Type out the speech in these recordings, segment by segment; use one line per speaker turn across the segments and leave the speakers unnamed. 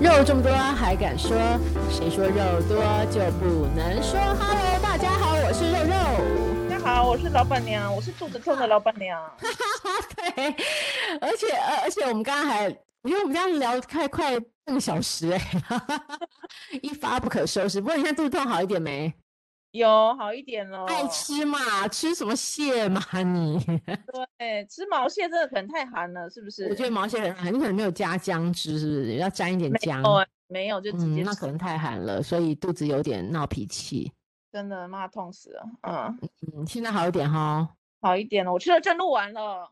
肉这么多还敢说？谁说肉多就不能说？Hello，大家好，我是肉肉。
大家好，我是老板娘，我是肚子痛的老板 娘。
对，而且呃而且我们刚刚还，我觉得我们刚刚聊快快半个小时哎、 一发不可收拾。不过你现在肚子痛好一点没？
有好一点哦了，
爱吃嘛，吃什么蟹嘛你？
对，吃毛蟹真的可能太寒了，是不是？
我觉得毛蟹很寒，你可能没有加姜汁，是不是？要沾一点姜。
哦，没有就直
嗯，
接
那
吃，
可能太寒了，所以肚子有点闹脾气。
真的妈痛死了。嗯，
嗯，现在好一点哈。
好一点哦了，我吃了正露丸了，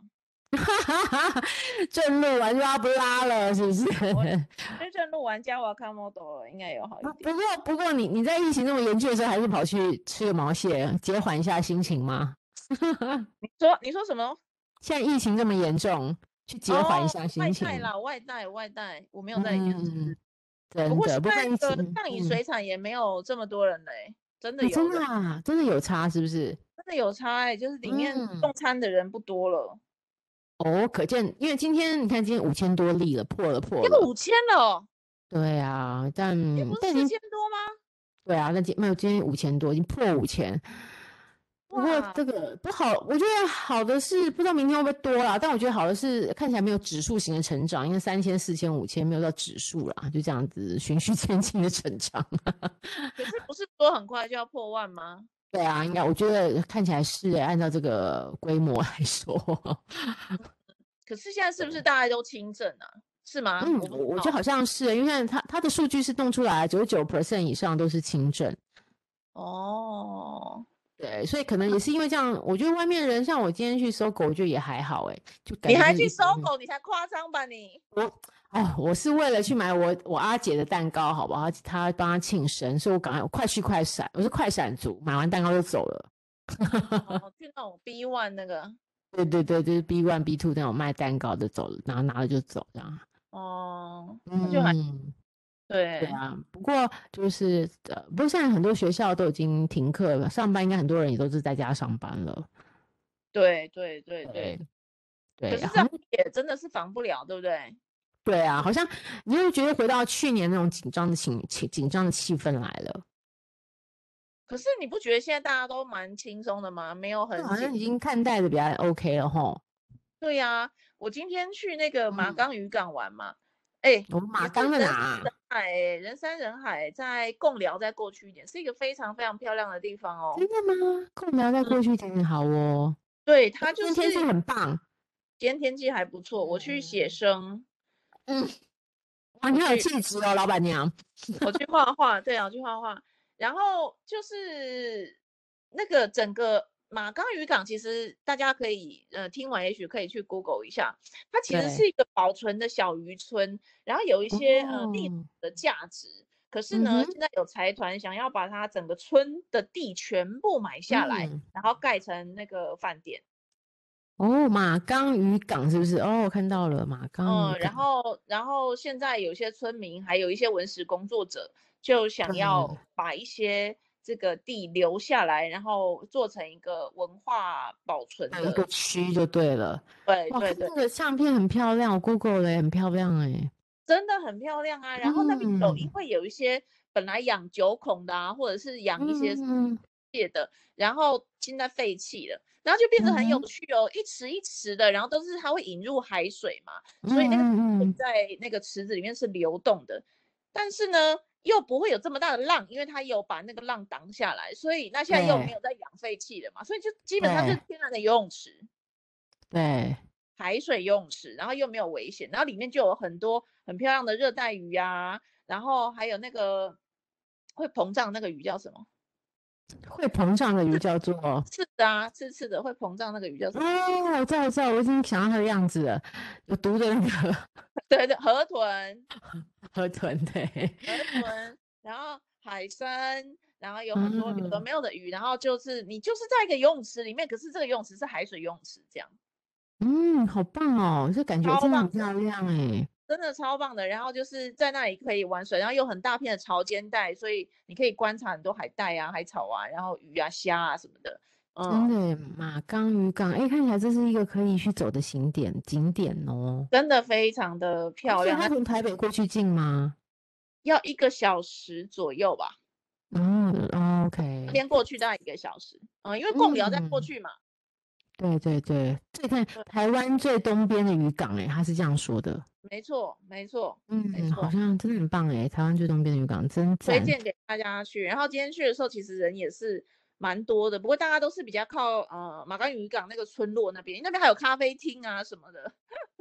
正路完拉不拉了，是不是？
我吃正露丸加瓦卡莫多了，应该有好一 点。
啊不过不过你你在疫情那么严峻的时候，还是跑去吃个毛蟹，解缓一下心情吗？
你说你说什么？
现在疫情这么严重，去解缓一
哦
下心情。
外带啦，外带外带，我没有在里面
嗯
吃。，
真
不过
的，
现
不
在
疫
的
情
上
嗯
影水产也没有这么多人嘞，真的
哦
有
真
人
的啊，真的有差是不是？
真的有差哎，就是里面
嗯
送餐的人不多了，
哦，可见，因为今天你看，今天五千多例了，破了破
这个
了。
五千了哦，
对啊，但
这不是
但已
四
经
千多吗？
对啊，那今没有今天五千多，已经破五千。不过
哇
这个不好，我觉得好的是不知道明天会不会多啦，但我觉得好的是看起来没有指数型的成长，因为三千、四千、五千没有到指数啦，就这样子循序渐进的成长。
可是不是说很快就要破万吗？
对啊，应该我觉得看起来是欸按照这个规模来说，
可是现在是不是大家都轻症啊？是吗？
嗯，
不
我我觉
知
得
道
好像是欸，因为看它它的数据是弄出来九十九 percent 以上都是轻症。
哦，
对，所以可能也是因为这样，我觉得外面人像我今天去搜狗，我觉得也还好哎，就感
你
觉
还
就是
去
一嗯
搜
般
狗，你才夸张吧 你？
哦，我是为了去买我我阿姐的蛋糕，好不好？她帮她庆生，所以我赶快我快去快闪，我是快闪族，买完蛋糕就走了。
哦，去那种 B one 那个
对对对，就是 B one B two 那种卖蛋糕的走了，拿拿了就走这样。
哦，那就还
嗯，对
对
啊。不过就是呃，不过现在很多学校都已经停课了，上班应该很多人也都是在家上班了。
对对对对
对。对，
可是
好
这样
像
也真的是防不了，对不对？
对啊，好像你又觉得回到去年那种紧张的情情紧张的气氛来了，
可是你不觉得现在大家都蛮轻松的吗？没有很
好像
紧
啊已经看待的比较 OK 了吼。
对呀、我今天去那个马
嗯
冈渔港玩嘛，哎、
我们马
也是
刚在
人
哪
山
啊？
人海欸，人山人海，在贡寮再过去一点，是一个非常非常漂亮的地方哦。
真的吗？跟我们聊在过去一点点好哦。
对，它嗯就
今
是
天天气
今
很棒。
天天气还不错，我去写
嗯
生，
哇，你好有
去
气质哦，老板娘。
我去画画，对啊，我去画画。然后就是那个整个马冈渔港，其实大家可以呃听完，也许可以去 Google 一下，它其实
对
是一个保存的小渔村，然后有一些、呃历
哦
的价值。可是呢，
嗯哼
现在有财团想要把它整个村的地全部买下来，
嗯
然后盖成那个饭店。
哦，马刚渔港是不是？哦，我看到了马刚
嗯
渔，
然
港。
后然后现在有些村民还有一些文史工作者就想
嗯
要把一些这个地留下来，然后做成一个文化保存
有一个
的。
区就对了。
对
哇，
对
看
对
这，个相片很漂亮，我 Google 了，很漂亮哎。
真的很漂亮啊。然后那边有因
嗯
为有一些本来养九孔的啊，或者是养一些
嗯
界的，然后现在废弃了，然后就变得很有
嗯哼
趣哦，一池一池的，然后都是它会引入海水嘛，所以那个
嗯
水
嗯
在那个池子里面是流动的，但是呢又不会有这么大的浪，因为它有把那个浪挡下来，所以那现在又没
对
有在养废气了嘛，所以就基本上就是
对
天然的游泳池，
对，
海水游泳池，然后又没有危险，然后里面就有很多很漂亮的热带鱼啊，然后还有那个会膨胀那个鱼叫什么？
会膨胀的鱼叫 做
刺的啊，刺刺的会膨胀那个鱼叫什么？
哦，我知道我知道，我已经想到它的样子了，有毒的那个
对对，河豚，
河豚对。
河豚，然后海参，然后有很多有的
嗯
没有的鱼，然后就是你就是在一个游泳池里面，可是这个游泳池是海水游泳池，这样
嗯，好棒哦，这感觉
超
真的
棒
很漂亮哎。
真的超棒的。然后就是在那里可以玩水，然后有很大片的潮间带，所以你可以观察很多海带啊、海草啊，然后鱼啊、虾啊什么的。
真
嗯，
的耶马冈渔港，哎，看起来这是一个可以去走的景点景点哦。
真的非常的漂
所以
亮。啊
它
它
从台北过去近吗？
要一个小时左右吧，
嗯，OK，
那边过去大概一个小时，嗯，因为贡寮在过
嗯
去嘛，
对对对，这看台湾最东边的渔港、欸，哎，他是这样说的。
没错没错，没
嗯，好
错
像真的很棒哎、台湾最东边的渔港真
推
赞。
荐给大家去。然后今天去的时候，其实人也是蛮多的，不过大家都是比较靠呃马干渔港那个村落那边，那边还有咖啡厅啊什么的。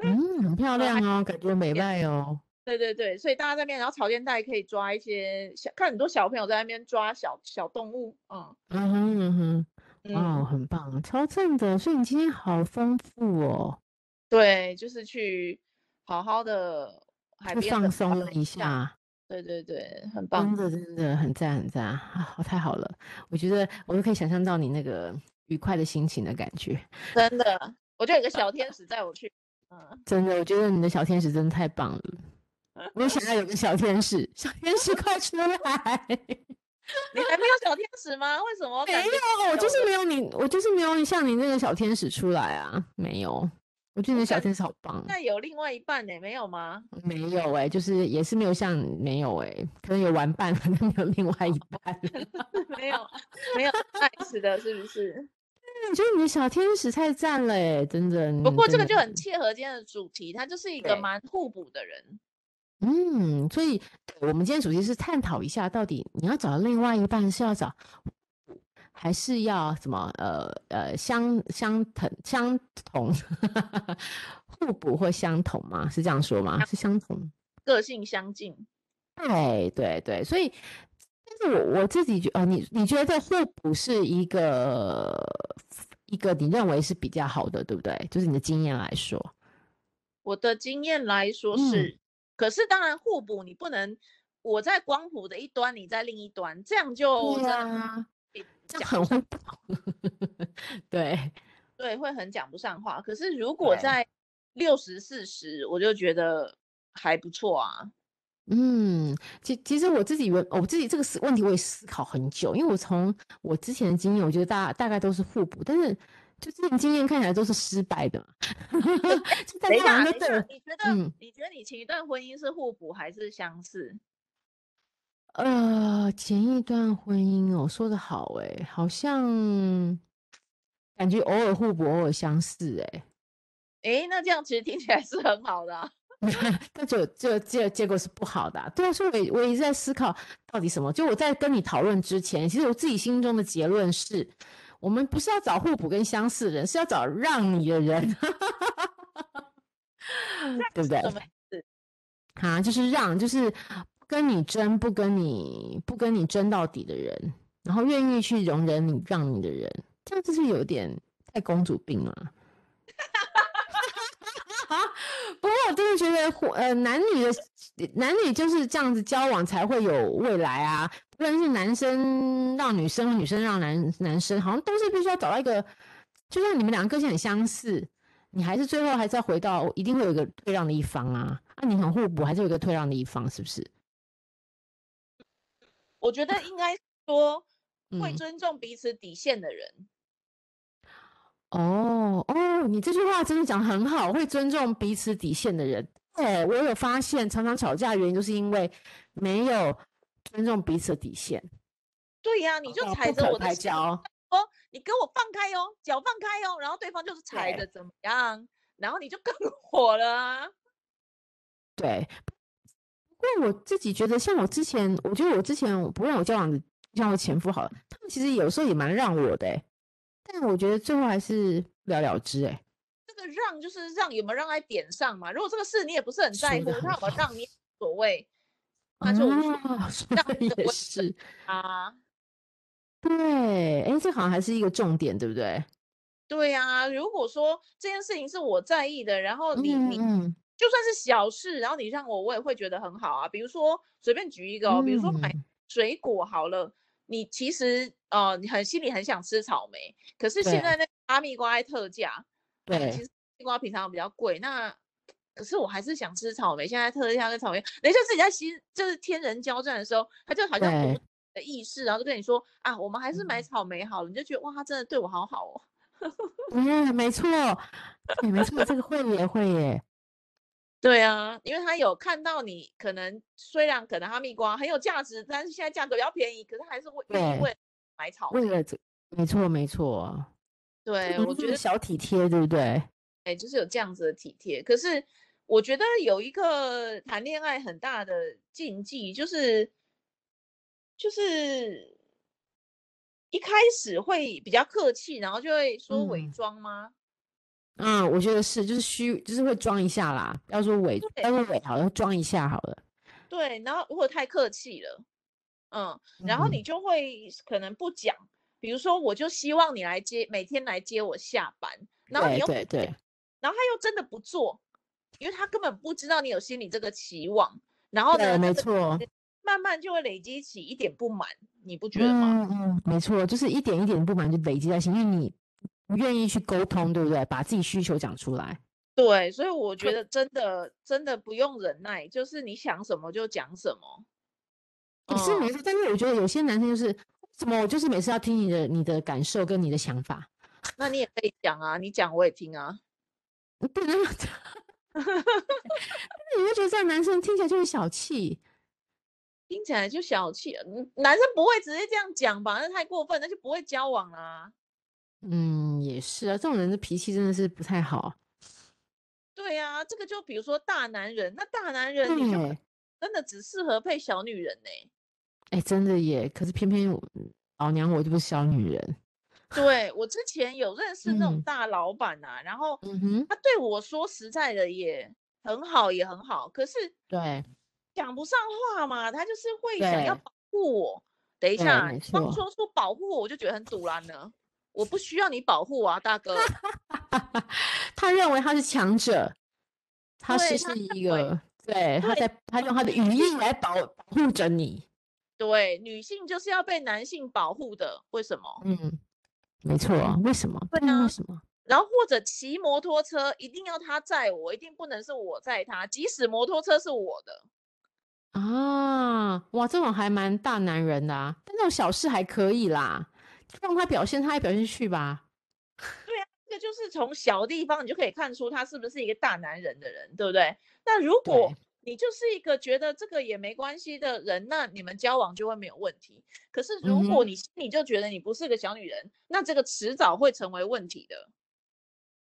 嗯，很漂
还
亮哦，感觉美
边
败哦。
对对对，所以大家在那边，然后潮间带可以抓一些小，看很多小朋友在那边抓小小动物，嗯
嗯哼嗯哼，哇哦，
嗯，
很棒，超赞的。所以你今天好丰富哦，
对，就是去好好的海
就
边的
放松
玩
了
一
一
下，
下，
对对对，很
真
棒，
的真的很赞很赞啊！太好了，我觉得我都可以想象到你那个愉快的心情的感觉。
真的，我 就有个小天使带我去，嗯，
真的，我觉得你的小天使真的太棒 了，我也想要有个小天使，小天使快出来！ 哦
你还没有小天使吗？为什么
没
感觉
有，我
有
就是
了？
没有你，我就是没有像你那个小天使出来啊，没有。我觉得你
我
的小
感觉
天使好棒，啊
那有另外一半呢、没有吗？
没有哎、就是也是没有像没有哎、可能有玩伴，可能没有另外一半。
没有，没有 nice 的，是不 是？
我觉得你的小天使太赞了哎、真的，
不
你
过这
真的
个就很
是
切合今天的主题，他就是一个
对，
蛮互补的人。
嗯，所以我们今天主题是探讨一下，到底你要找另外一半是要找还是要什么呃呃相相同相同 互补或相同吗？是这样说吗？是相同。
个性相近，
对对对，所以，但是我我自己觉，呃，你你觉得互补是一个一个你认为是比较好的，对不对？就是你的经验来说，
我的经验来说
嗯，
是，可是当然互补，你不能我在光谱的一端，你在另一端，这样就
对
真的
啊，
会
这样
讲
很
不上，
互补， 对
对，会很讲不上话。可是如果
对，
在六十四十，我就觉得还不错啊。
嗯，其其实我自己原我自己这个思问题我也思考很久，因为我从我之前的经验，我觉得大大概都是互补，但是就之前经验看起来都是失败的嘛，
可是，哎，
就大
等一
家好像
下，
都
等
对
一下，
了，
你觉得，
嗯。
你觉得你前一段婚姻是互补还是相似？
呃，前一段婚姻哦，说的好诶，好像感觉偶尔互补，偶尔相似欸诶，
诶，那这样其实听起来是很好的啊
但就就结结果是不好的啊对啊，所以我也我一直在思考到底什么。就我在跟你讨论之前，其实我自己心中的结论是，我们不是要找互补跟相似的人，是要找让你的人， 对不
是
对？
什么意思？
啊，就是让，就是不跟你争，不跟你不跟你争到底的人，然后愿意去容忍你、让你的人，这样就是有点太公主病了。啊 不过我真的觉得互，呃，男女的男女就是这样子交往才会有未来啊。不论是男生让女生，女生让男男生，好像都是必须要找到一个，就算你们两个个性很相似，你还是最后还是要回到一定会有一个退让的一方啊。啊，你很互补，还是有一个退让的一方，是不是？
我觉得应该说会
嗯，
尊重彼此底线的人。
哦哦，你这句话真的讲得很好，会尊重彼此底线的人。对，我有发现，常常吵架的原因就是因为没有尊重彼此的底线，
对呀、你
吵
就
到
踩
哦不
着
可
我的
开
线，
交。哦
说你给我放开哦，脚放开哦，然后对方就是踩
对
着怎么样，然后你就更 火了啊。
对，因为我自己觉得，像我之前，我觉得我之前不让我交往的，像我前夫好了，他们其实有时候也蛮让我的、欸，但我觉得最后还是不了了之、欸，哎，
这个让就是让有没有让在点上嘛？如果这个事你也不是很在
说
乎，
的很
他有没有
好
让你也无所谓，那就无所谓，
啊，说
让
的
你的
也
温存
是，
啊。
对，哎，这好像还是一个重点，对不对？
对呀、如果说这件事情是我在意的，然后
嗯
哦你你
嗯
就算是小事，然后你让我我也会觉得很好啊。比如说随便举一个哦，比如说买
嗯，
水果好了，你其实呃你很心里很想吃草莓，可是现
对
在那个哈密瓜在特价，哎，其
对，
实哈密瓜平常比较贵，那可是我还是想吃草莓，现在特价跟草莓，人家自己在心就是天人交战的时候，他就好像读
对，
不懂你的意识，然后就跟你说啊，我们还是买
嗯。
草莓好了，你就觉得哇，他真的对我好好哦。
嗯，没错，对，没错，这个会耶，会耶，
对啊，因为他有看到你可能虽然可能哈密瓜很有价值，但是现在价格比较便宜，可是还是为愿意
对
为买草
为
莓。
了这，没错没错，
对，
嗯
我觉
这个
得
小体贴，对不对？
哎，就是有这样子的体贴。可是我觉得有一个谈恋爱很大的禁忌，就是就是一开始会比较客气，然后就会说伪
嗯
装吗？
嗯，我觉得是，就是虚，就是会装一下啦。不要说伪，不
对
要说伪好了，装一下好了。
对，然后如果太客气了，嗯，然后
嗯
你就会可能不讲，比如说我就希望你来接，每天来接我下班，然后你
对
又，
对对，
然后他又真的不做，因为他根本不知道你有心里这个期望，然后
对，
呢，
没
哦这个
错，嗯
慢慢就会累积起一点不满，你不觉得吗？
嗯嗯，没错，就是一点一点不满就累积在心，因为你不愿意去沟通，对不对？把自己需求讲出来。
对，所以我觉
对
得真的真的不用忍耐，就是你想什么就讲什么。
也是
嗯
没错，但是我觉得有些男生就是，怎么我就是每次要听你的你的感受跟你的想法，
那你也可以讲啊，你讲我也听啊。
你不能。 但是你会觉得这样男生听起来就很小气，
听起来就小气了，嗯男生不会直接这样讲吧？那太过分，那就不会交往啦、
嗯，也是啊，这种人的脾气真的是不太好。
对呀、这个就比如说大男人，那大男人你就
对，
真的只适合配小女人呢、
哎，真的耶！可是偏偏我老娘我就不是小女人。
对我之前有认识那种
嗯
大老板呐、然后
嗯哼，
他对我说实在的也很好，也很好，可是
对
讲不上话嘛，他就是会想要
对
保护我。等一
对
下
没，
刚
错
说出保护我，我就觉得很堵然了。我不需要你保护啊，大哥。
他认为他是强者，他
对
是
他
是
认
一
为
个，对，他
对
在他用他的语音来保保护着你。
对，女性就是要被男性保护的，为什么？
嗯，没错，为什么？
对
不知道
啊
为什么？
然后或者骑摩托车一定要他载我，一定不能是我载他，即使摩托车是我的。
啊，哇，这种还蛮大男人的啊，但这种小事还可以啦，就让他表现，他也表现去吧。
这个就是从小地方你就可以看出他是不是一个大男人的人，对不对？那如
对
果你就是一个觉得这个也没关系的人，那你们交往就会没有问题。可是如
嗯
果你心里就觉得你不是个小女人，那这个迟早会成为问题的。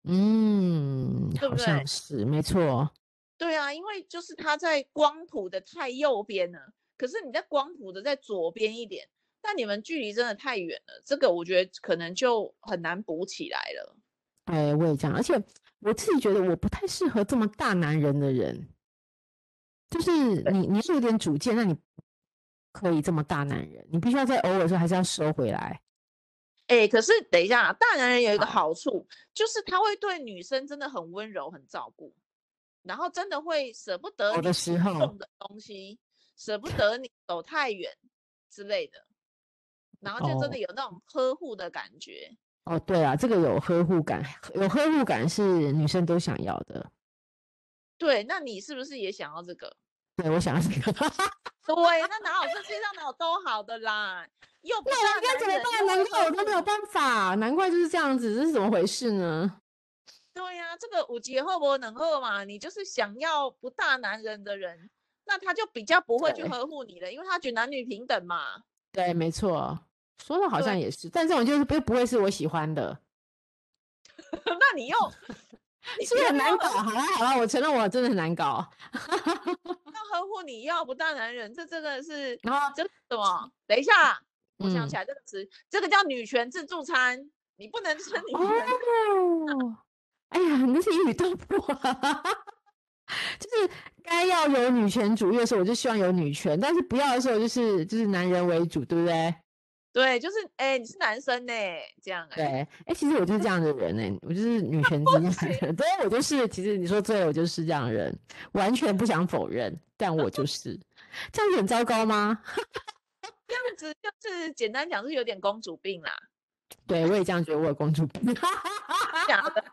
嗯，
对
好
不
像
对
是，没错。
对啊，因为就是它在光谱的太右边了，可是你在光谱的在左边一点，但你们距离真的太远了，这个我觉得可能就很难补起来了。
哎，我也这样，而且我自己觉得我不太适合这么大男人的人，就是
对
你，你是有点主见，那你可以这么大男人，你必须要在偶尔的时候还是要收回来。
哎，可是等一下，大男人有一个
好
好处，就是他会对女生真的很温柔、很照顾，然后真的会舍不得
有
你
的时
体
候
重的东西，舍不得你走太远之类的，然后就真的
哦
有那种呵护的感觉。
哦，对啊，这个有呵护感，有呵护感是女生都想要的。
对，那你是不是也想要这个？
对，我想要这个。
对，那哪有这世界上哪有都好的啦？又不
那我应该
大
怎
男
么办？难
人又不
怪我
合
都没有
理
办法，难怪就是这样子，这是怎么回事呢？
对呀、这个五级后不能喝嘛，你就是想要不大男人的人，那他就比较不会去
对
呵护你了，因为他觉得男女平等嘛。
对，没错，说的好
对
像也是，但这种就是不不会是我喜欢的，
那你又你
是不是
又
很
没有
难搞？好啦好啦，我承认我真的很难搞。
要呵护你要不大男人，这真的是
然后，
这个什么？等一下， 啊我想
嗯
起来这个词，这个叫女权自助餐，你不能吃女权。
哦，哎呀，你是一语道破啊， 就是该要有女权主义的时候，我就希望有女权，但是不要的时候，就是就是男人为主，对不对？
对，就是哎、你是男生呢、这 样哎、
对，哎、其实我就是这样的人呢、欸我就是女权主义的
行
人，对，我就是，其实你说对了，我就是这样的人，完全不想否认，但我 就是，这样子很糟糕吗？
这样子就是简单讲是有点公主病啦，
对，我也这样觉得，我有公主病， 啊
讲的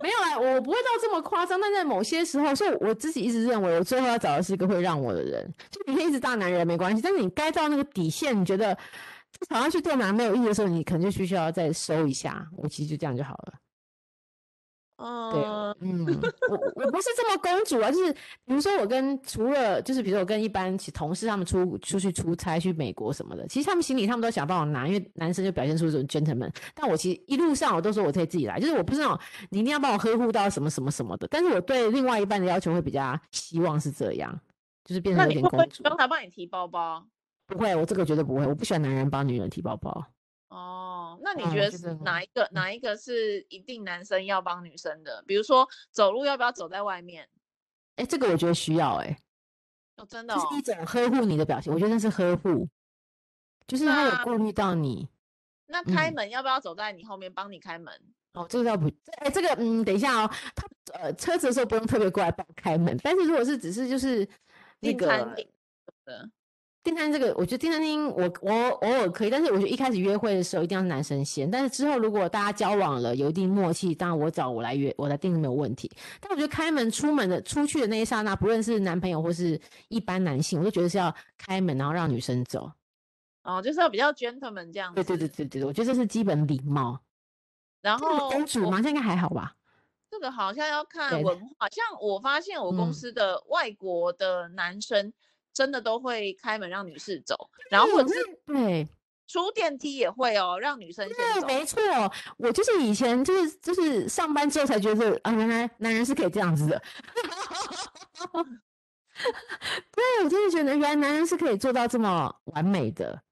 没有啊，我不会到这么夸张，但在某些时候，所以我自己一直认为，我最后要找的是一个会让我的人，就你可以一直大男人没关系，但是你该到那个底线，你觉得这吵上去对我们俩没有意义的时候，你可能就需要再收一下，我其实就这样就好了。
嗯，
嗯， 我我我不是这么公主啊，就是比如说我跟除了就是比如说我跟一般其同事他们出出去出差去美国什么的，其实他们行李他们都想帮我拿，因为男生就表现出这种 gentleman，但我其实一路上我都说我可以自己来，就是我不是那种你一定要帮我呵护到什么什么什么的，但是我对另外一半的要求会比较希望是这样，就是变
那
成有
你
点
会不会
公主。
让他帮你提包包？
不会，我这个绝对不会，我不喜欢男人帮女人提包包。
哦，那你
嗯
觉得
就是是
哪一个哪一个是一定男生要帮女生的？比如说走路要不要走在外面？
哎，这个我觉得需要哎、
哦，真的
这
哦，
是一种呵护你的表现，我觉得那是呵护，就是他有
那
顾虑到你。
那开
嗯
门要不要走在你后面帮你开门？
哦，这个倒不，哎、这个嗯，等一下哦，他呃，车子的时候不用特别过来帮我开门，但是如果是只是就是那
进餐
个
厅的，
订餐这个，我觉得订餐厅我我偶尔可以，但是我觉得一开始约会的时候一定要是男生先，但是之后如果大家交往了有一定默契，当然我找我来约我来订没有问题。但我觉得开门出门的出去的那一刹那，不论是男朋友或是一般男性，我就觉得是要开门然后让女生走。
哦，就是要比较 gentleman 这样子。
对对对。对对，我觉得这是基本礼貌。
然
这个
后
公主
我
嘛，现在应该还好吧？
这个好像要看
对
文化，像我发现我公
嗯
司的外国的男生真的都会开门让女士走，然后
对
或
我
者
是
是
对。
出电梯也会哦，让女生先
对，
走。
没错，我就是以前就是就是上班之后才觉得啊，原来男人是可以这样子的。 对，我真的觉得原来男人是可以做到这么完美的。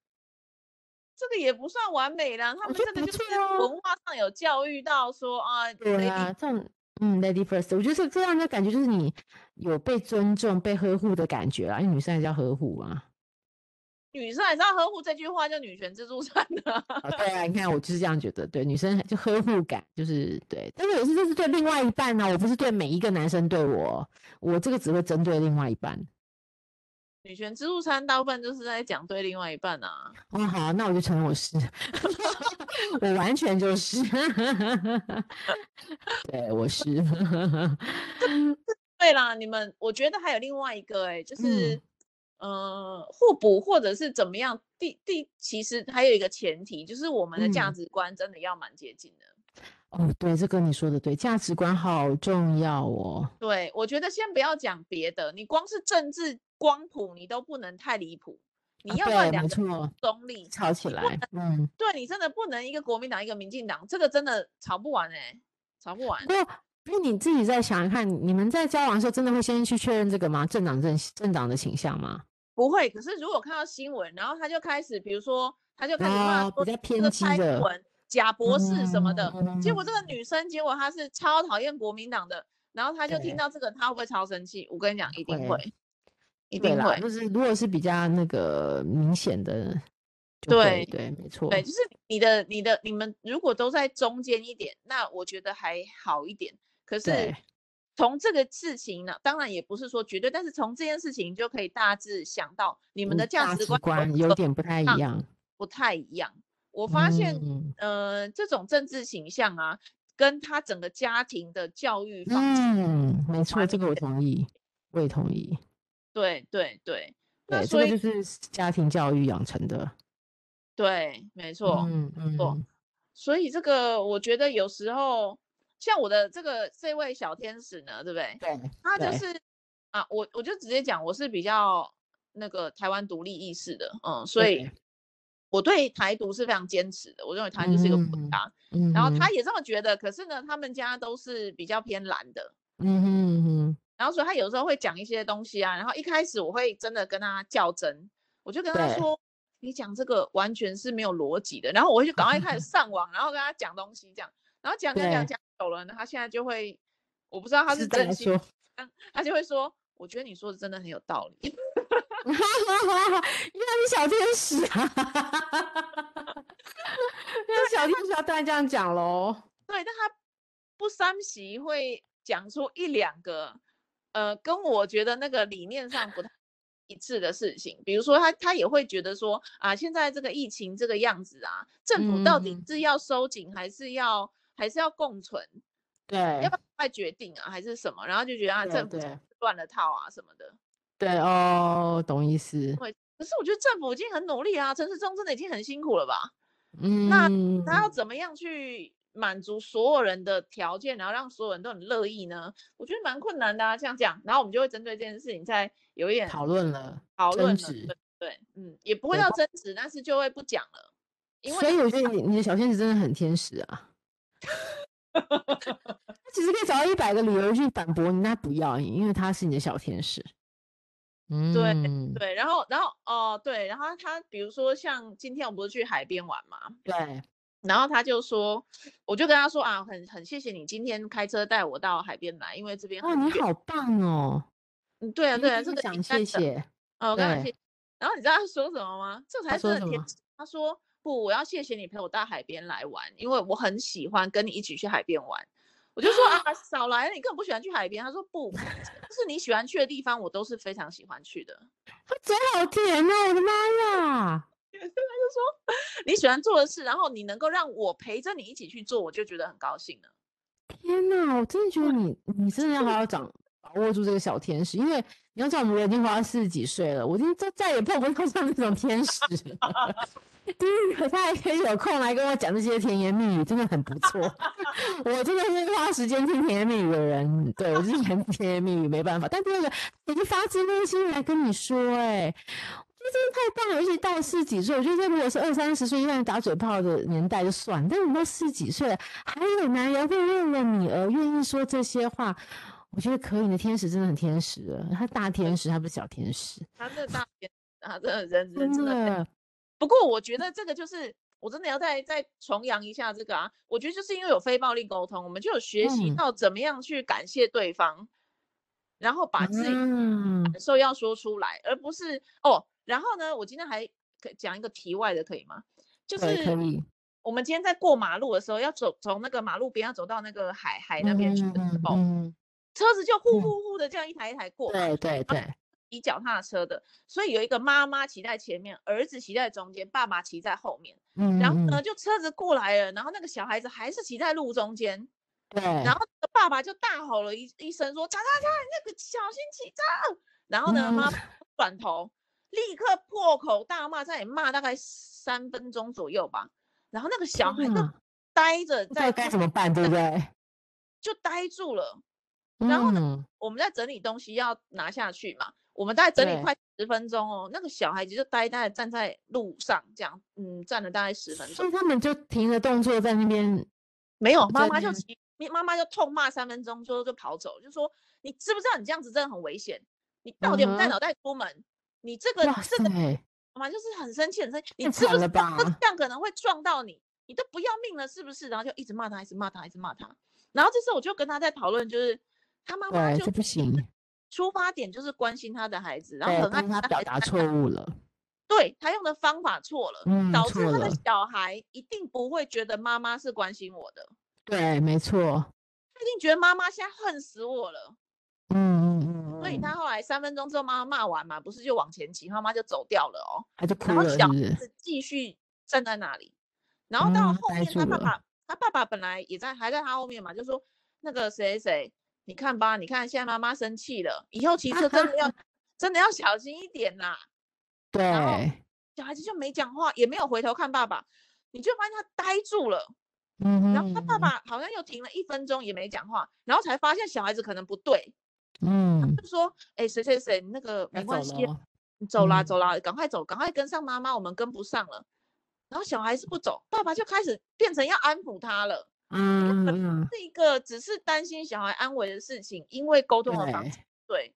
这个也不算完美啦，他
我
们
觉
这
得
个
不
就是
错啊
文化上有教育到说啊，
对
lady
啊，这样嗯，lady first，我觉得这这样的感觉就是你有被尊重、被呵护的感觉啦，因为女生还是要呵护啊。
女生还是要呵护这句话，就女权自助餐的。
啊，对啊，你看我就是这样觉得，对女生就呵护感就是对，但是也是这是对另外一半啊呢、我不是对每一个男生对我，我这个只会针对另外一半。
女权自助餐大部分就是在讲对另外一半啊，
哦，好，那我就承认我是， 我完全就是， 对，我是，
对啦，你们我觉得还有另外一个哎、就是
嗯，
呃，互补或者是怎么样，第第其实还有一个前提就是我们的价
嗯
值观真的要蛮接近的。
哦，对，这个你说的对，价值观好重要哦。
对，我觉得先不要讲别的，你光是政治光谱你都不能太离谱，你
啊
要不然
对
两
没
个
错
中立，
吵起来，嗯，
对你真的不能一个国民党一个民进党，这个真的吵不完哎、吵不完
不。过那你自己再想想看，你们在交往的时候真的会先去确认这个吗？政党政政党的倾向吗？
不会，可是如果看到新闻，然后他就开始，比如说他就开始骂
哦
说
比较
这个
偏激
蔡英
的
文、假博士什么的，结果这个
嗯
女生，结果她是超讨厌国民党的，然后她就听
对
到这个，她会不会超生气？我跟你讲，一定
会
会，一
对
定
啦，
会，
就是如果是比较那个明显的，就
对
会对，没错，
对，就是你的、你的、你们如果都在中间一点，那我觉得还好一点。可是
对
从这个事情呢，当然也不是说绝对，但是从这件事情就可以大致想到你们
嗯
的价值
值
观
观有点不太一
上
样。
不太一样。我发现
嗯
呃，这种政治倾向啊，跟他整个家庭的教育方式，
嗯，没错，
蛮
这个我同意，我也同意。
对对对，那
对，这
所
个
以、
就是家庭教育养成的。
对，没错，
嗯
错
嗯，
所以这个我觉得有时候，像我的这个这位小天使呢，对不对？
对，
他就
对
是啊，我我就直接讲，我是比较那个台湾独立意识的，嗯，所
对
以我对台独是非常坚持的，我认为台湾就是一个国
嗯
家，
嗯哼，
然后他也这么觉得，可是呢，他们家都是比较偏蓝的，
嗯哼嗯哼，
然后所以他有时候会讲一些东西啊，然后一开始我会真的跟他较真，我就跟他
对
说，你讲这个完全是没有逻辑的，然后我会去赶快开始上网，然后跟他讲东西这样，然后讲讲讲
对
讲久了，他现在就会，我不知道他是
知道
真心
说，
他就会说，我觉得你说的真的很有道理，
原来是小天使啊！ 那小天使要当然这样讲喽。
对，但他不三席会讲出一两个，呃，跟我觉得那个理念上不太一致的事情。比如说他，他也会觉得说啊，现在这个疫情这个样子啊，政府到底
嗯
是要收紧还是要、还是要共存，
对
要不要快决定啊，还是什么？然后就觉得啊，
对
政府
对
乱了套啊什么的。
对哦，懂意思。
可是我觉得政府已经很努力啊，陈世忠真的已经很辛苦了吧？
嗯，
他要怎么样去满足所有人的条件，然后让所有人都很乐意呢？我觉得蛮困难的啊，这样讲，然后我们就会针对这件事情再有一点
讨论了，
讨
争
论了
执
对对，嗯，也不会
对
到争执，但是就会不讲了，因为
所以我觉得你你的小天使真的很天使 啊。他其实可以找到一百个理由去反驳你，但他不要你，因为他是你的小天使。嗯，对
对，然后然后哦、对，然后他比如说像今天我们不是去海边玩嘛，
对，
然后他就说，我就跟他说啊，很很谢谢你今天开车带我到海边来，因为这边
哇，
很
啊你
远
好棒哦！
嗯，对啊
你
对
一
啊，
定
这
要
个
讲
应该
谢
的
谢。
哦，我刚刚
对
听，然后你知道他说什么吗？这
他
才
说
真
什
的天
么
使。他说不，我要谢谢你陪我到海边来玩，因为我很喜欢跟你一起去海边玩。我就说啊，少来了，你根本不喜欢去海边。他说不，就是你喜欢去的地方，我都是非常喜欢去的。
他嘴好甜哦，我的妈呀！
你喜欢做的事，然后你能够让我陪着你一起去做，我就觉得很高兴了。
天呐，我真的觉得你，你真的要好好掌把握住这个小天使，因为你要知道，我们已经活到四十几岁了，我已经再再也碰不到像那种天使了。 第一个，他还可以有空来跟我讲这些甜言蜜语，真的很不错。 我真的是花时间听甜言蜜语的人，对我就是很甜言蜜语，没办法。但第二个，我就发自内心来跟你说、哎。我觉得真的太棒了，而且到了四十几岁，我觉得如果是二三十岁让你打嘴炮的年代就算，了，但你到四十几岁了，还有男人会为了你而愿意说这些话，我觉得可以。你的天使真的很天使了，他大天使，他不是小天使，
他这大天使，他这人人
真
真的太
的。
不过我觉得这个就是我真的要再再重扬一下这个啊，我觉得就是因为有非暴力沟通，我们就有学习
嗯
到怎么样去感谢对方，然后把自己的
嗯，
感受要说出来，而不是哦。然后呢，我今天还可讲一个题外的，可以吗？就
对，可
是
以。
我们今天在过马路的时候，要走从那个马路边要走到那个海海那边去的时
嗯
候，
嗯，
车子就呼
嗯
呼呼的这样一台一台过嘛，
对对对，
骑脚踏车的，所以有一个妈妈骑在前面，儿子骑在中间，爸爸骑在后面。
嗯，
然后呢，就车子过来了，然后那个小孩子还是骑在路中间，
对，
然后那个爸爸就大吼了一一声说：“叉叉叉，那个小心骑车！”然后
嗯
呢，妈妈转头立刻破口大骂，在骂大概三分钟左右吧。然后那个小孩
天
就
哪
呆着
嗯不知道
在
该
地
怎么办，对不对？
就呆住了。然后呢
呢，
我们在整理东西要拿下去嘛，我们大概整理
对
快十分钟哦。那个小孩子就呆呆的站在路上，这样嗯，站了大概十分钟
所。以他们就停了动作在那边，
没有，
我
妈
在
妈就
那
急，妈妈就痛骂三分钟之后就跑走，就说你知不知道你这样子真的很危险，你到底有没有带
嗯哼
脑袋出门？你这个
哇
这个
塞，
妈妈就是很生气很生气，你
太
知不
惨
知
了
道
吧
这样可能会撞到你？你都不要命了是不是？然后就一直骂他，一直骂他，一直骂他。然后这时候我就跟他在讨论，就是他妈妈
对，
就
这不行，
出发点就是关心他的孩子，然后
对，
很爱
但是他
的
表
孩子
达
但
错误了，
对他用的方法错了，
嗯
导致
错
他的
了
小孩一定不会觉得妈妈是关心我的，
对，没错，
他一定觉得妈妈现在恨死我了。
嗯嗯嗯，
所以
嗯
他后来三分钟之后，妈妈骂完嘛，不是就往前骑，妈妈就走掉了哦。
他就
然
哭
后
了，
小
是不
孩
是？
子继续站在那里，然后到
嗯
后
呆
面他
住
爸
了
爸，他爸爸本来也在还在他后面嘛，就说那个谁谁，你看吧，你看现在妈妈生气了，以后骑车真的 要真的要小心一点啦。后
对，
小孩子就没讲话，也没有回头看爸爸，你就发现他呆住了。
嗯哼，
然后他爸爸好像又停了一分钟也没讲话，然后才发现小孩子可能不对，
嗯，
就说：“哎、谁谁谁，那个没
要
关
走
系啊，
咯
你走啦
嗯
走啦，赶快走，赶快跟上妈妈，我们跟不上了。”然后小孩子不走，爸爸就开始变成要安抚他了。
嗯
本
嗯，
这一个只是担心小孩安危的事情，因为沟通的方
对
式对，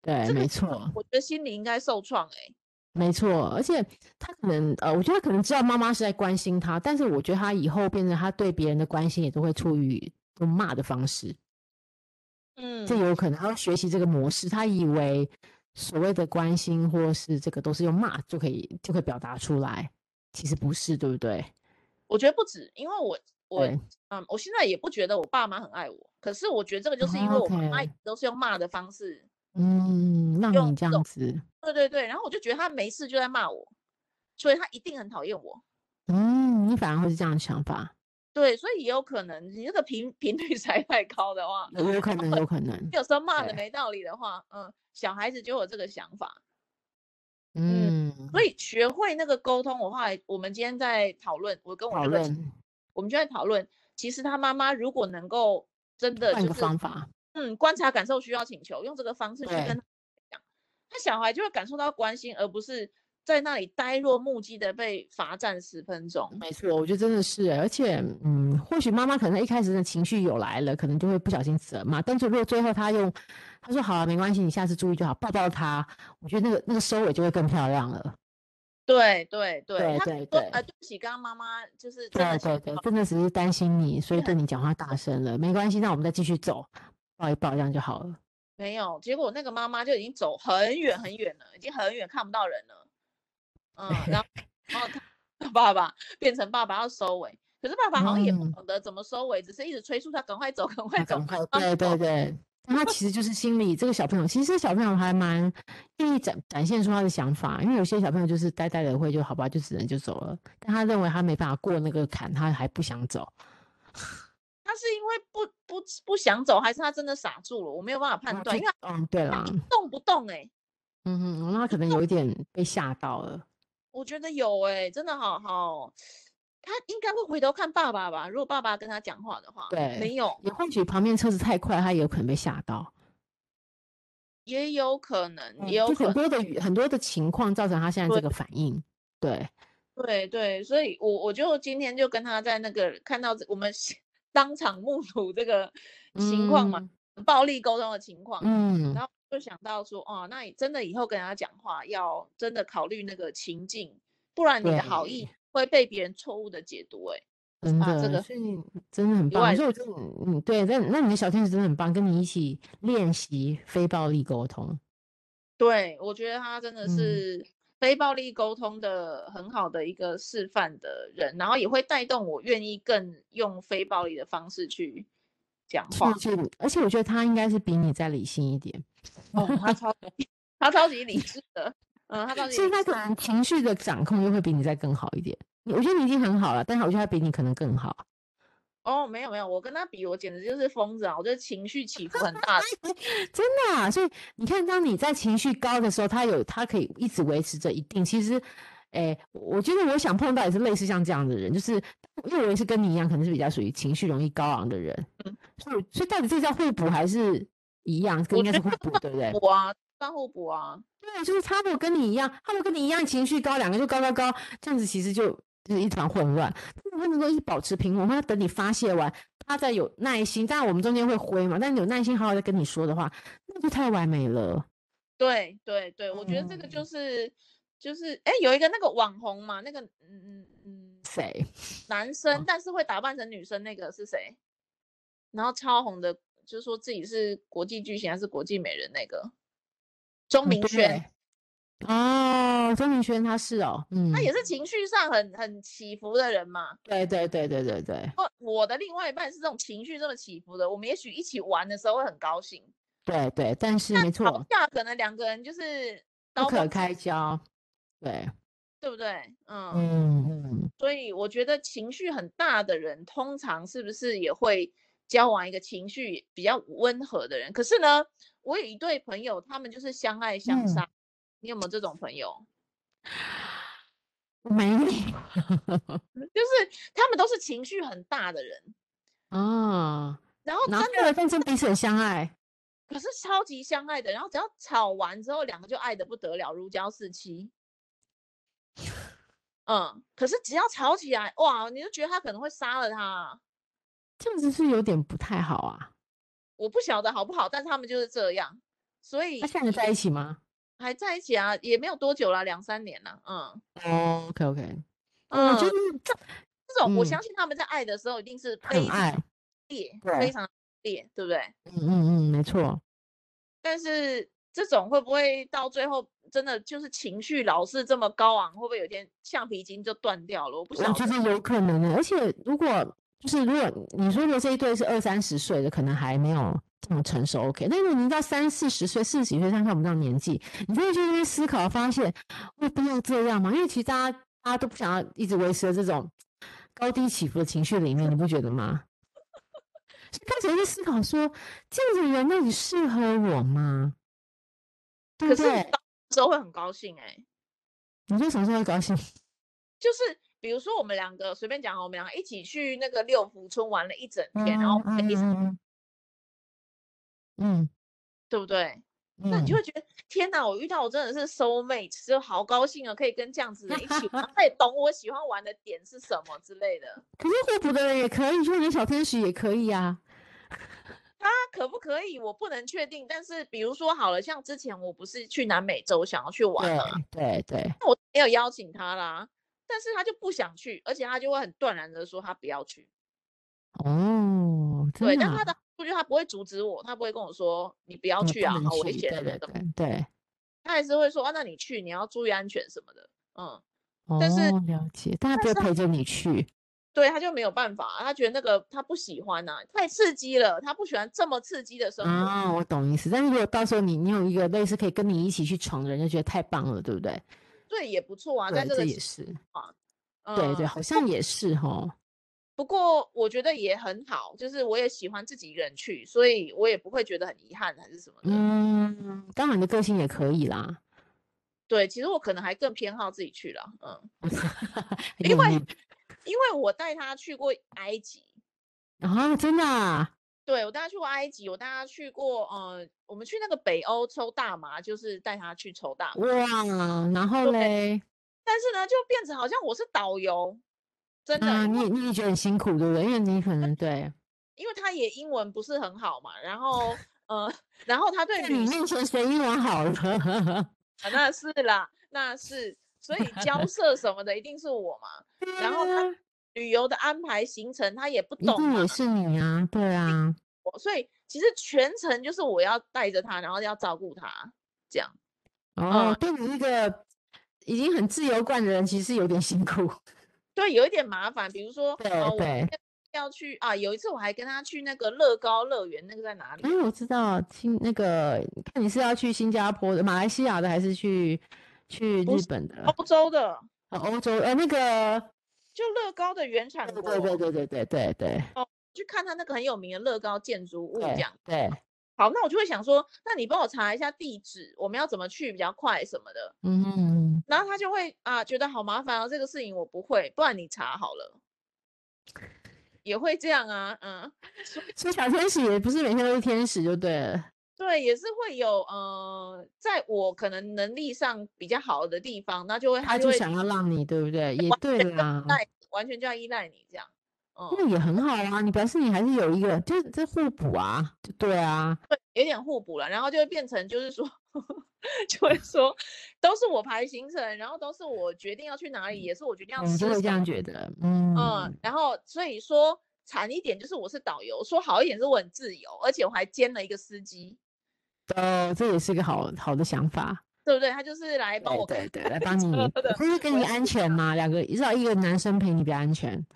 对，
这个
没
时候
错
我觉得心里应该受创哎、
没错，而且他可能呃，我觉得他可能知道妈妈是在关心他，但是我觉得他以后变成他对别人的关心也都会出于用骂的方式，
嗯
这有可能他要学习这个模式，他以为所谓的关心或是这个都是用骂就可以就可以表达出来，其实不是，对不对？
我觉得不止，因为我我
对
嗯，我现在也不觉得我爸妈很爱我，可是我觉得这个就是因为我妈妈
哦 OK
一直都是用骂的方式，
嗯，让
用
你这
这种
样子，
对对对，然后我就觉得他没事就在骂我，所以他一定很讨厌我。
嗯，你反而会是这样的想 法，
对，所以也有可能你这个频 频率实在太高的话，
有有可能，有可 能，
有时候骂的
嗯对
没道理的话，嗯，小孩子就有这个想法。
嗯，
所以学会那个沟通，我后来我们今天在讨论，我跟我
讨
那个
论，
我们就在讨论其实他妈妈如果能够真的
换一
就
个
是
方法，
嗯观察感受需要请求，用这个方式去
对
跟他讲，他小孩就会感受到关心，而不是在那里呆若木鸡的被罚站十分钟。
没错，我觉得真的是欸，而且，嗯，或许妈妈可能一开始的情绪有来了，可能就会不小心责骂，但是如果最后她用，她说好啊了，没关系，你下次注意就好，抱抱她，我觉得那个那个收尾就会更漂亮了。
对对对
对
他可
对
能说
对
呃，对不起，刚刚妈妈就是真
对
的
对
想
对
要，
真的只是担心你，所以对你讲话大声了，没关系，那我们再继续走，抱一抱这样就好了。
没有，结果那个妈妈就已经走很远很远了，已经很远看不到人了。嗯，然后然后看爸爸变成爸爸要收尾，可是爸爸好像也不
嗯
懂得怎么收尾，只是一直催促他赶快走，赶
那
快走
赶。快，
啊
对对对。但他其实就是心里这个小朋友，其实小朋友还蛮愿意展展现出他的想法，因为有些小朋友就是呆呆的会就好吧，就只能就走了。但他认为他没办法过那个坎，他还不想走。
他是因为不不不想走，还是他真的傻住了？我没有办法判
那
断，
就
因为
嗯，对啦
他，一动不动哎、
嗯哼，那他可能有一点被吓到了。
我觉得有哎、真的好好。他应该会回头看爸爸吧？如果爸爸跟他讲话的话，
对
没有，
也或许旁边车子太快，他也有可能被吓到。
也有可能，
嗯
也有
就
可
很
能。
多的原很多的情况造成他现在
对
这个反应。对，
对对，所以我我就今天就跟他在那个看到这我们是当场目睹这个情况嘛，暴力沟通的情况，
嗯嗯。嗯，
然后就想到说，哦，那你真的以后跟他讲话要真的考虑那个情境，不然你的好意会被别人错误的解读、欸。哎，
真的，
啊这个
所以真的很
以
棒。
外
所以我觉得你，嗯，对，那那你的小天使真的很棒，跟你一起练习非暴力沟通。
对我觉得他真的
嗯
是非暴力沟通的很好的一个示范的人，然后也会带动我愿意更用非暴力的方式去讲话
而。且，而且我觉得他应该是比你再理性一点，
哦，他超级他超级理智的，嗯，他超级
所以
理
他
智
可能情绪的掌控又会比你再更好一点。你我觉得你已经很好了，但是我觉得他比你可能更好。
哦，没有没有，我跟他比，我简直就是疯子啊！我这情绪起伏很大的，
真的、啊，所以你看，当你在情绪高的时候，他有他可以一直维持着一定。其实，诶，我觉得我想碰到也是类似像这样的人，就是因为我也是跟你一样，可能是比较属于情绪容易高昂的人。
嗯
所以，所以到底这叫互补还是一样？
我
应该
觉
是互补，对不对？
我啊，相互补啊，
对，就是他如果跟你一样，他如果跟你一样情绪高，两个就高高高，这样子其实就就是一团混乱。如果能够一直保持平衡，他等你发泄完，他再有耐心。当然我们中间会挥嘛，但你有耐心好好的跟你说的话，那就太完美了。
对对对，我觉得这个就
嗯
是就是，哎，有一个那个网红嘛，那个嗯嗯嗯，
谁？
男生
哦
但是会打扮成女生那个是谁？然后超红的，就是说自己是国际巨星还是国际美人那个
嗯
钟明轩，
对。哦，钟明轩他是哦，嗯，
他也是情绪上很很起伏的人嘛。
对对对对对对
哦，我的另外一半是这种情绪这么起伏的，我们也许一起玩的时候会很高兴，
对对，但是没
吵
错，
架可能两个人就是
不
刀
可
锋，
开交。对，
对不对？嗯，
嗯嗯，
所以我觉得情绪很大的人，通常是不是也会交往一个情绪比较温和的人？可是呢，我有一对朋友，他们就是相爱相
嗯
杀。你有没有这种朋友？
嗯没
嗯就是他们都是情绪很大的人，
啊，
然哦后真
然后
的
但是彼此很相爱。
可是超级相爱的，然后只要吵完之后，两个就爱得不得了，如胶似漆。嗯，可是只要吵起来，哇，你就觉得他可能会杀了他。
这样子是有点不太好啊。
我不晓得好不好，但是他们就是这样，所以
那现在在一起吗
还在一起啊，也没有多久啦，两三年啦。嗯
哦？OK OK，
嗯，
我觉得
这种我
嗯
相信他们在爱的时候一定是非
很
常
爱，
烈，
对
非常烈，对不对？
嗯嗯嗯，没错，
但是这种会不会到最后真的就是情绪老是这么高昂，会不会有一天橡皮筋就断掉了？我不
我
晓
觉
得。
得有可能欸的。而且如果就是如果你说的这一对是二三十岁的，可能还没有这么成熟，OK。但是你到三四十岁、四十几岁，像像我们这种年纪，你真的就会思考，发现我不要这样嘛？因为其实大家大家都不想要一直维持在这种高低起伏的情绪里面，你不觉得吗？ 所以开始会思考说，这样子的人到底适合我吗？对
可
不
是
对？
到时候会很高兴哎、
你说什么时候会高兴？
就是比如说我们两个随便讲，我们两个一起去那个六福村玩了一整天，然后我们一起
嗯嗯，
对不对？
嗯
那你就会觉得天哪，我遇到我真的是 soul mate，就好高兴啊，可以跟这样子的人一起 玩，他也懂我喜欢玩的点是什么之类的。
可是互补的人也可以，说你小天使也可以啊。
那可不可以？我不能确定，但是比如说好了，像之前我不是去南美洲想要去玩
对
嘛，
对对，
那我也有邀请他啦，但是他就不想去，而且他就会很断然的说他不要去。
哦，真
对，
的
但
啊
他的我觉得他不会阻止我，他不会跟我说你不要
嗯
去
不
啊，
能
好危
去
险
对
什么
对
的，
对对，
他还是会说啊，那你去你要注意安全什么的。嗯，但是
哦，了解，但他不会
但是他
陪着你 去，
对，他就没有办法，他觉得那个他不喜欢呐、太刺激了，他不喜欢这么刺激的生活。
啊、我懂意思。但是如果到时候你你有一个类似可以跟你一起去闯的人，就觉得太棒了，对不对？
对，也不错啊，在
对，
这个
这也
情
是，
况
对对，
嗯
好像也是哈。
不过我觉得也很好，就是我也喜欢自己一个人去，所以我也不会觉得很遗憾还是什么的。
嗯，刚好你的个性也可以啦，
对，其实我可能还更偏好自己去了，嗯，
很
因
有
为
魅
因为我带他去过埃及，
啊，真的啊，
对我带他去过埃及，我带他去过，呃，我们去那个北欧抽大麻，就是带他去抽大麻，
哇，然后
对
嘞，
但是呢，就变成好像我是导游，真的，
啊，
因
你
为
也你也觉得很辛苦，对不对？因为你可 能对，
因为他也英文不是很好嘛，然后呃，然后他对
在
旅
你面前谁英文好了？
啊那是啦，那是，所以 交涉什么的一定是我嘛。 然后他
对啊
旅游的安排行程他也不
一
懂
定
嘛
也，是你啊，对啊，
我所以其实全程就是我要带着他，然后要照顾他，这样。
哦
嗯，
对你一个已经很自由惯的人，其实有点辛苦，
对，有一点麻烦，比如说
对
啊，我
对，
要去啊，有一次我还跟他去那个乐高乐园，那个在哪里
哎，
啊？
我知道，新那个，看你是要去新加坡的、马来西亚的，还是去去
不
日
是哦
本的、
欧洲的，
呃欧洲？呃，那个，
就乐高的原产
对
国，
对对对对对对对
去看他那个很有名的乐高建筑物这
对
样。
对，
好，那我就会想说，那你帮我查一下地址，我们要怎么去比较快什么的。
嗯哼，
然后他就会啊，觉得好麻烦哦，这个事情我不会，不然你查好了，也会这样啊，嗯，
所以小天使也不是每天都是天使就对了，
对，也是会有呃，在我可能能力上比较好的地方，那就会
他
就
就
会
想要让你，对不对？也
完
对
全就要
啦
依，赖你，完全就要依赖你这样，
那
嗯，
也很好啊，你表示你还是有一个，就是这互补啊，就对啊，
对，有点互补了，然后就会变成就是说。 就会
嗯
说，都是我排行程，然后都是我决定要去哪里，也是我决定要
我就
吃
会
什
嗯这样觉得，嗯
嗯，然后所以说惨一点就是我是导游，说好一点是我很自由，而且我还兼了一个司机，
哦，这也是个好好的想法。
对不对？他就是来帮
对
我
对
开
对，来 帮你
车，的。
但是跟
我
你
也
安全吗？两个至少一个男生陪你比较安全。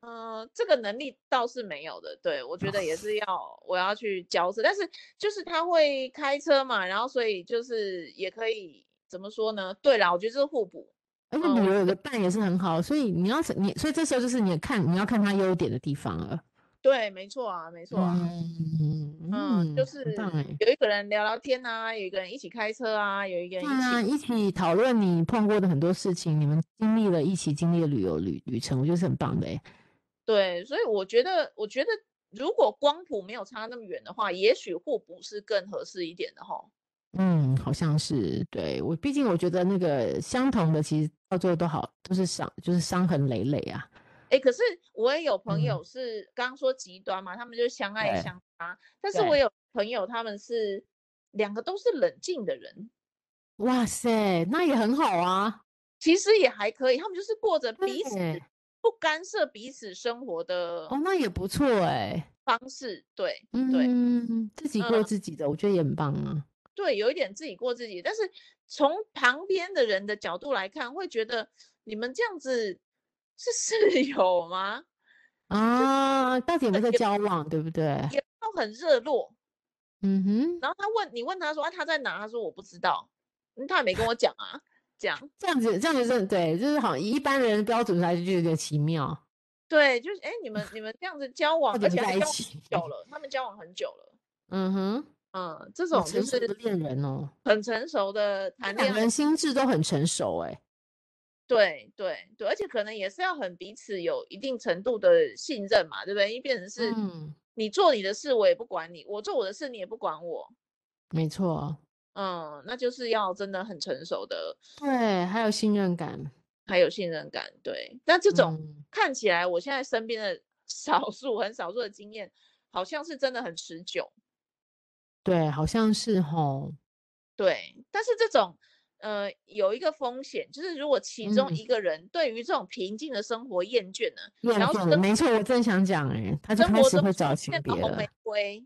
嗯、这个能力倒是没有的，对我觉得也
啊
是要我要去交涉，但是就是他会开车嘛，然后所以就是也可以怎么说呢？对啦，我觉得这是互补，
而且
嗯
旅
我
游有个伴也是很好，所以你要是你，所以这时候就是你看你要看他优点的地方了。
对，没错啊，没错啊。
嗯
嗯，就
很
是
棒哎。
有一个人聊聊天啊，有一个人一起开车啊，有一个人
对
一
啊，
起
一起讨论你碰过的很多事情，你们经历了一起经历的旅游旅旅程，我觉得是很棒的哎。
对，所以我觉得，我觉得如果光谱没有差那么远的话，也许互补是更合适一点的哈。
嗯，好像是对我，毕竟我觉得那个相同的，其实到最后都好，都是伤，就是伤痕累累啊。
哎，可是我也有朋
嗯
友是刚刚说极端嘛，他们就是相爱
对
相杀，但是我
对
有朋友他们是两个都是冷静的人，
哇塞，那也很好啊。
其实也还可以，他们就是过着彼此
对
不干涉彼此生活的
哦，那也不错哎、
方式，对对
嗯，自己过
嗯
自己的，我觉得也很棒啊。
对，有一点自己过自己，但是从旁边的人的角度来看，会觉得你们这样子是室友吗？
啊，到底有没有在
有
交往，对不对？
也都很热络。
嗯哼，
然后他问你问他说啊他在哪？他说我不知道，嗯他也没跟我讲啊。这样
这样子，这样子真的对，就是好像以一般人的标准来就觉得有点奇妙，
对，就是哎你们你们这样子交往
到，底
哦而
有没有
且
在一
他们交往
起？
久了，他们交往很久了。
嗯哼，
嗯，这
好
种就
成熟的
是
恋人哦，
很成熟的
那
谈
两
恋
个
爱
人，心智都很成熟哎、
对对对，而且可能也是要很彼此有一定程度的信任嘛，对不对？因为变成是
嗯，
你做你的事，我也不管你；我做我的事，你也不管我。
没错，
嗯，那就是要真的很成熟的，
对，还有信任感，
还有信任感。对，那这种
嗯
看起来，我现在身边的少数很少数的经验，好像是真的很持久。
对，好像是吼，
对，但是这种呃有一个风险，就是如果其中
嗯
一个人对于这种平静的生活厌倦了，
厌
然后
倦了，
生
没错，我正想讲哎、他就
生
开
活
始
中
会
出
找
现
寻
了
别
红
了
玫，瑰，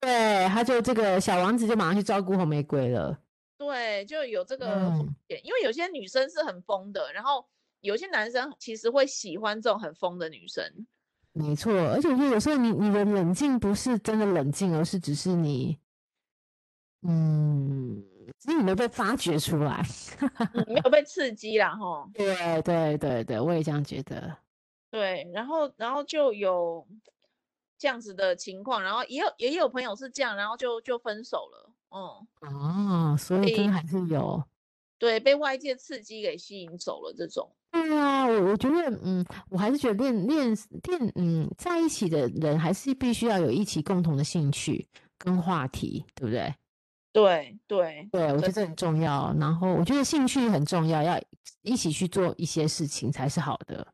对，他就这个小王子就马上去照顾红玫瑰了，
对，就有这个风
嗯，
险，因为有些女生是很疯的，然后有些男生其实会喜欢这种很疯的女生。
没错，而且我觉得有时候你你的冷静不是真的冷静，哦而是只是你，嗯，只是你没有被发掘出来，
嗯，没有被刺激啦，哈。
对对对对，我也这样觉得，
对，然后然后就有这样子的情况，然后也有也有朋友是这样，然后就就分手了。嗯，
哦，所以真
以
的还是有。
对，被外界刺激给吸引走了这种。
对啊，我我觉得，嗯，我还是觉得恋恋恋，嗯，在一起的人还是必须要有一起共同的兴趣跟话题，对不对？
对对
对，我觉
对
得这很重要。然后我觉得兴趣很重要，要一起去做一些事情才是好的。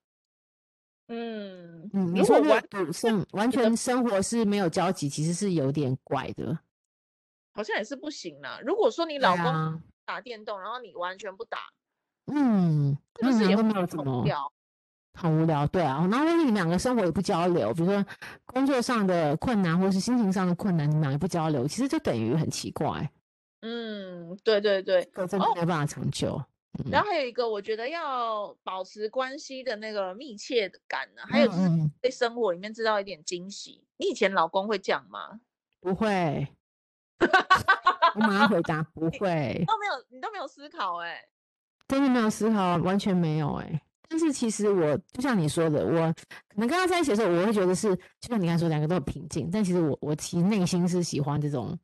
嗯，
嗯，你
如
说
果
这
完
个生完
觉得
全生活是没有交集，其实是有点怪的。
好像也是不行啦。如果说你
对
老公
啊，
打电动，然后你完全不打，
嗯，
是
那你
不是
们
也
都
会
没有怎
很
么
无聊？
很无聊，对啊。然后你们两个生活也不交流，比如说工作上的困难或是心情上的困难，你们两个不交流，其实就等于很奇怪，
嗯，对对对。
这个真的
哦
没有办法长久。
然后还有一个，我觉得要保持关系的那个密切的感呢，还有就是
嗯嗯嗯
对生活里面制造一点惊喜。你以前老公会这样吗？
不会， 我马上回答，不会，
都没有，你都没有思考哎、
真的没有思考，完全没有哎、但是其实我就像你说的，我可能跟他在一起的时候，我会觉得是，就像你刚才说，两个都很平静，但其实我我其实内心是喜欢这种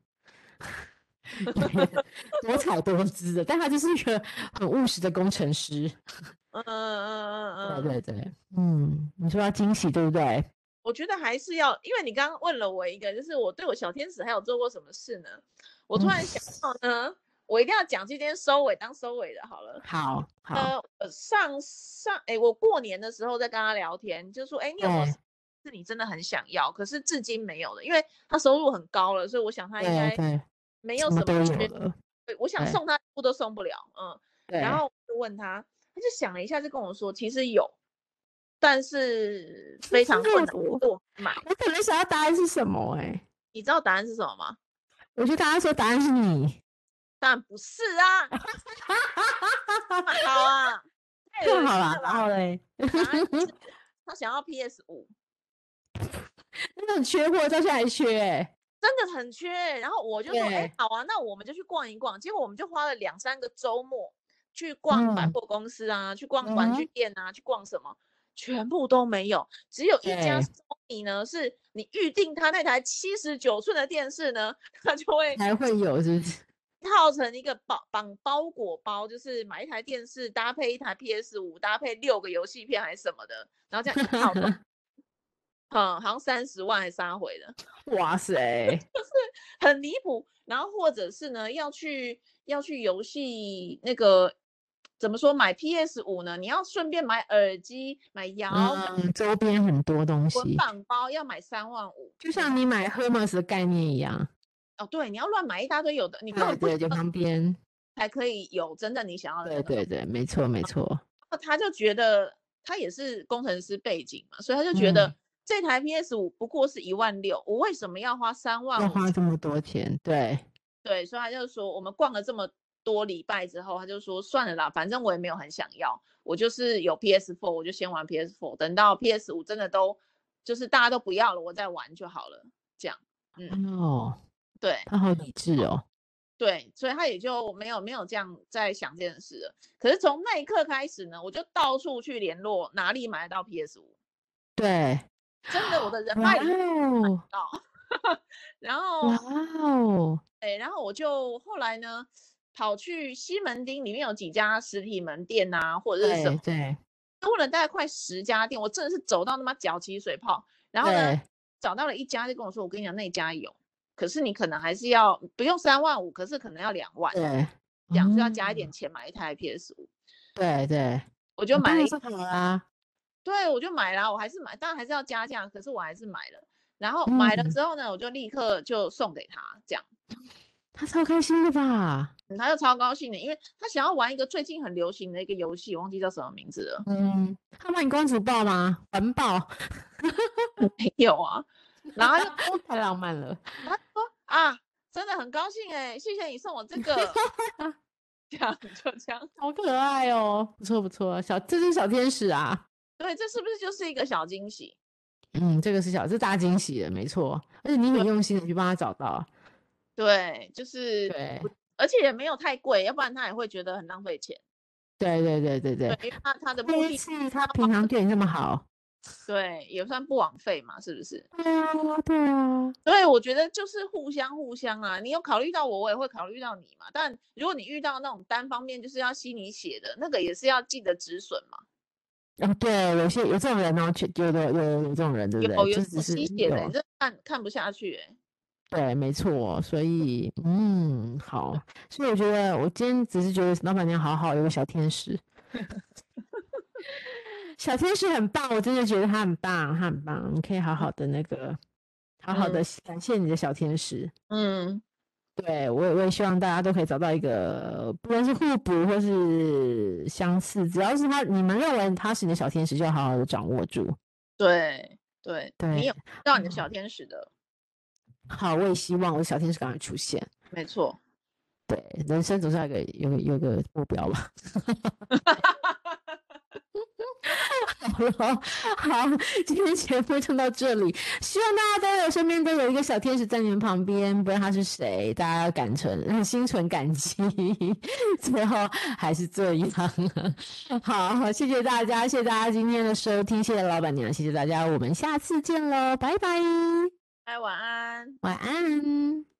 有点 多彩多姿的，但他就是一个很务实的工程师。
嗯嗯
对
嗯嗯嗯，
对对，嗯，你说要惊喜，对不对？
我觉得还是要，因为你刚刚问了我一个，就是我对我小天使还有做过什么事呢？我突
嗯
然想到呢，我一定要讲今天收尾当收尾的好了。
好好，
呃，我上上哎、我过年的时候在跟他聊天，就说哎、你有没有
对
是你真的很想要，可是至今没有的，因为他收入很高了，所以我想他应
对
该
对，
没有
什么
什么
都有
缺。
了，
对我想
对
送他礼物都送不了，嗯，
对，
然后我就问他，他就想了一下，就跟我说其实有，但是非常困难，
我
我买。
我可能想要答案是什么、欸？哎，
你知道答案是什么吗？
我觉得大家说答案是你，
当然不是啊，好啊，太恶
更 好
心
啦
了。
然后嘞，
答案是他想要 PS 五，
真的很缺货，到现在还缺、欸，
真的很缺欸。然后我就说，哎、
对
好啊，那我们就去逛一逛。结果我们就花了两三个周末去逛百
嗯
货公司啊，去逛
嗯
玩具
哼
店啊，去逛什么，全部都没有。只有一家
对
Sony 呢，是你预定他那台七十九寸的电视呢，他就会
还会有是不是？
套成一个包绑包裹包，就是买一台电视搭配一台 PS 五，搭配六个游戏片还是什么的，然后这样一套装嗯，好像三十万还是啥回的，
哇 塞，
很离谱。然后或者是呢，要去要去游戏那个怎么说买 PS 五呢？你要顺便买耳机、买摇杆、
嗯，周边很多东
捆
西，
绑包，要买三万五。嗯
就像你买 Hermes 的概念一样，
哦，对，你要乱买一大堆有的，你根
对
本不
对，就旁边，
才可以有真的你想要的那
对
个东西。
对对，没
嗯
错没错，
后他就觉得他也是工程师背景嘛，所以他就觉得
嗯
这台 PS 五不过是一万六，我为什么要花三
要
万五？
花这么多钱，对，
对，所以他就说我们逛了这么多礼拜之后，他就说算了啦，反正我也没有很想要，我就是有 PS4，我就先玩 PS4，等到 PS 五真的都就是大家都不要了，我再玩就好了。这样，嗯
哦，
对
他好理智 哦。
对，所以他也就没有没有这样在想这件事了。可是从那一刻开始呢，我就到处去联络哪里买得到 PS 五。
对，
真的，我的人
哇
脉里面
哦，
到。然后
哇，哦，
哎，然后我就后来呢，跑去西门町里面有几家实体门店啊，或者是什
对
么，
对
问了大概快十家店，我真的是走到他妈脚起水泡。然后呢
对，
找到了一家，就跟我说：“我跟你讲，那家有，可是你可能还是要不用三万五，可是可能要两万，
对，
这样就要加一点
哦，
钱买一台 PS 五。”
对对，
我就
哦
买
当
了
然
一
是好啦，
对，我就买啦，我还是买，当然还是要加价，可是我还是买了。然后买了
嗯
之后呢，我就立刻就送给他，这样、
他超开心的吧？
嗯他就超高兴的，因为他想要玩一个最近很流行的一个游戏，我忘记叫什么名字了。
嗯，他把你公主抱吗？环抱，
没有啊，然后他就
太浪漫了。
他说啊，真的很高兴哎、谢谢你送我这个， 这样就这样。
好可爱哦，不错不错，小这就是小天使啊，
对，这是不是就是一个小惊喜？
嗯，这个是小，这大惊喜了，没错，而且你很
对
用心的去帮他找到，
对，就是
对
不，而且也没有太贵，要不然他也会觉得很浪费钱。
对对对对
对
对，，
因为他他的目
这一
的
次他平常对你这么好，
对也算不枉费嘛，是不是？
对啊对啊，
对，我觉得就是互相互相啊，你有考虑到我，我也会考虑到你嘛。但如果你遇到那种单方面就是要吸你血的那个，也是要记得止损嘛。
啊对，有些有这种人哦，确有的有有这种人，对不对？
有有
就
这
只
种
是
吸血的，
有
你这看看不下去、欸，
对，没错，所以嗯好，所以我觉得我今天只是觉得老板娘好好，有个小天使。小天使很棒，我真的觉得他很棒，他很棒。你可以好好的那个，好好的感谢你的小天使。
嗯，
对我也，我也希望大家都可以找到一个，不论是互补或是相似，只要是他，你们认为他是你的小天使，就要好好的掌握住。
对对，嗯你有
对
遇到你的小天使的，
好，我也希望我的小天使赶快出现。
没错。
对，人生总是要有个有个有个目标吧。好了，好，今天节目就到这里，希望大家都有身边都有一个小天使在你们旁边，不论他是谁，大家要感存心存感激， 最后还是这样。好，谢谢大家，谢谢大家今天的收听，谢谢老板娘，谢谢大家，我们下次见喽，拜拜，
哎，晚安。
晚安。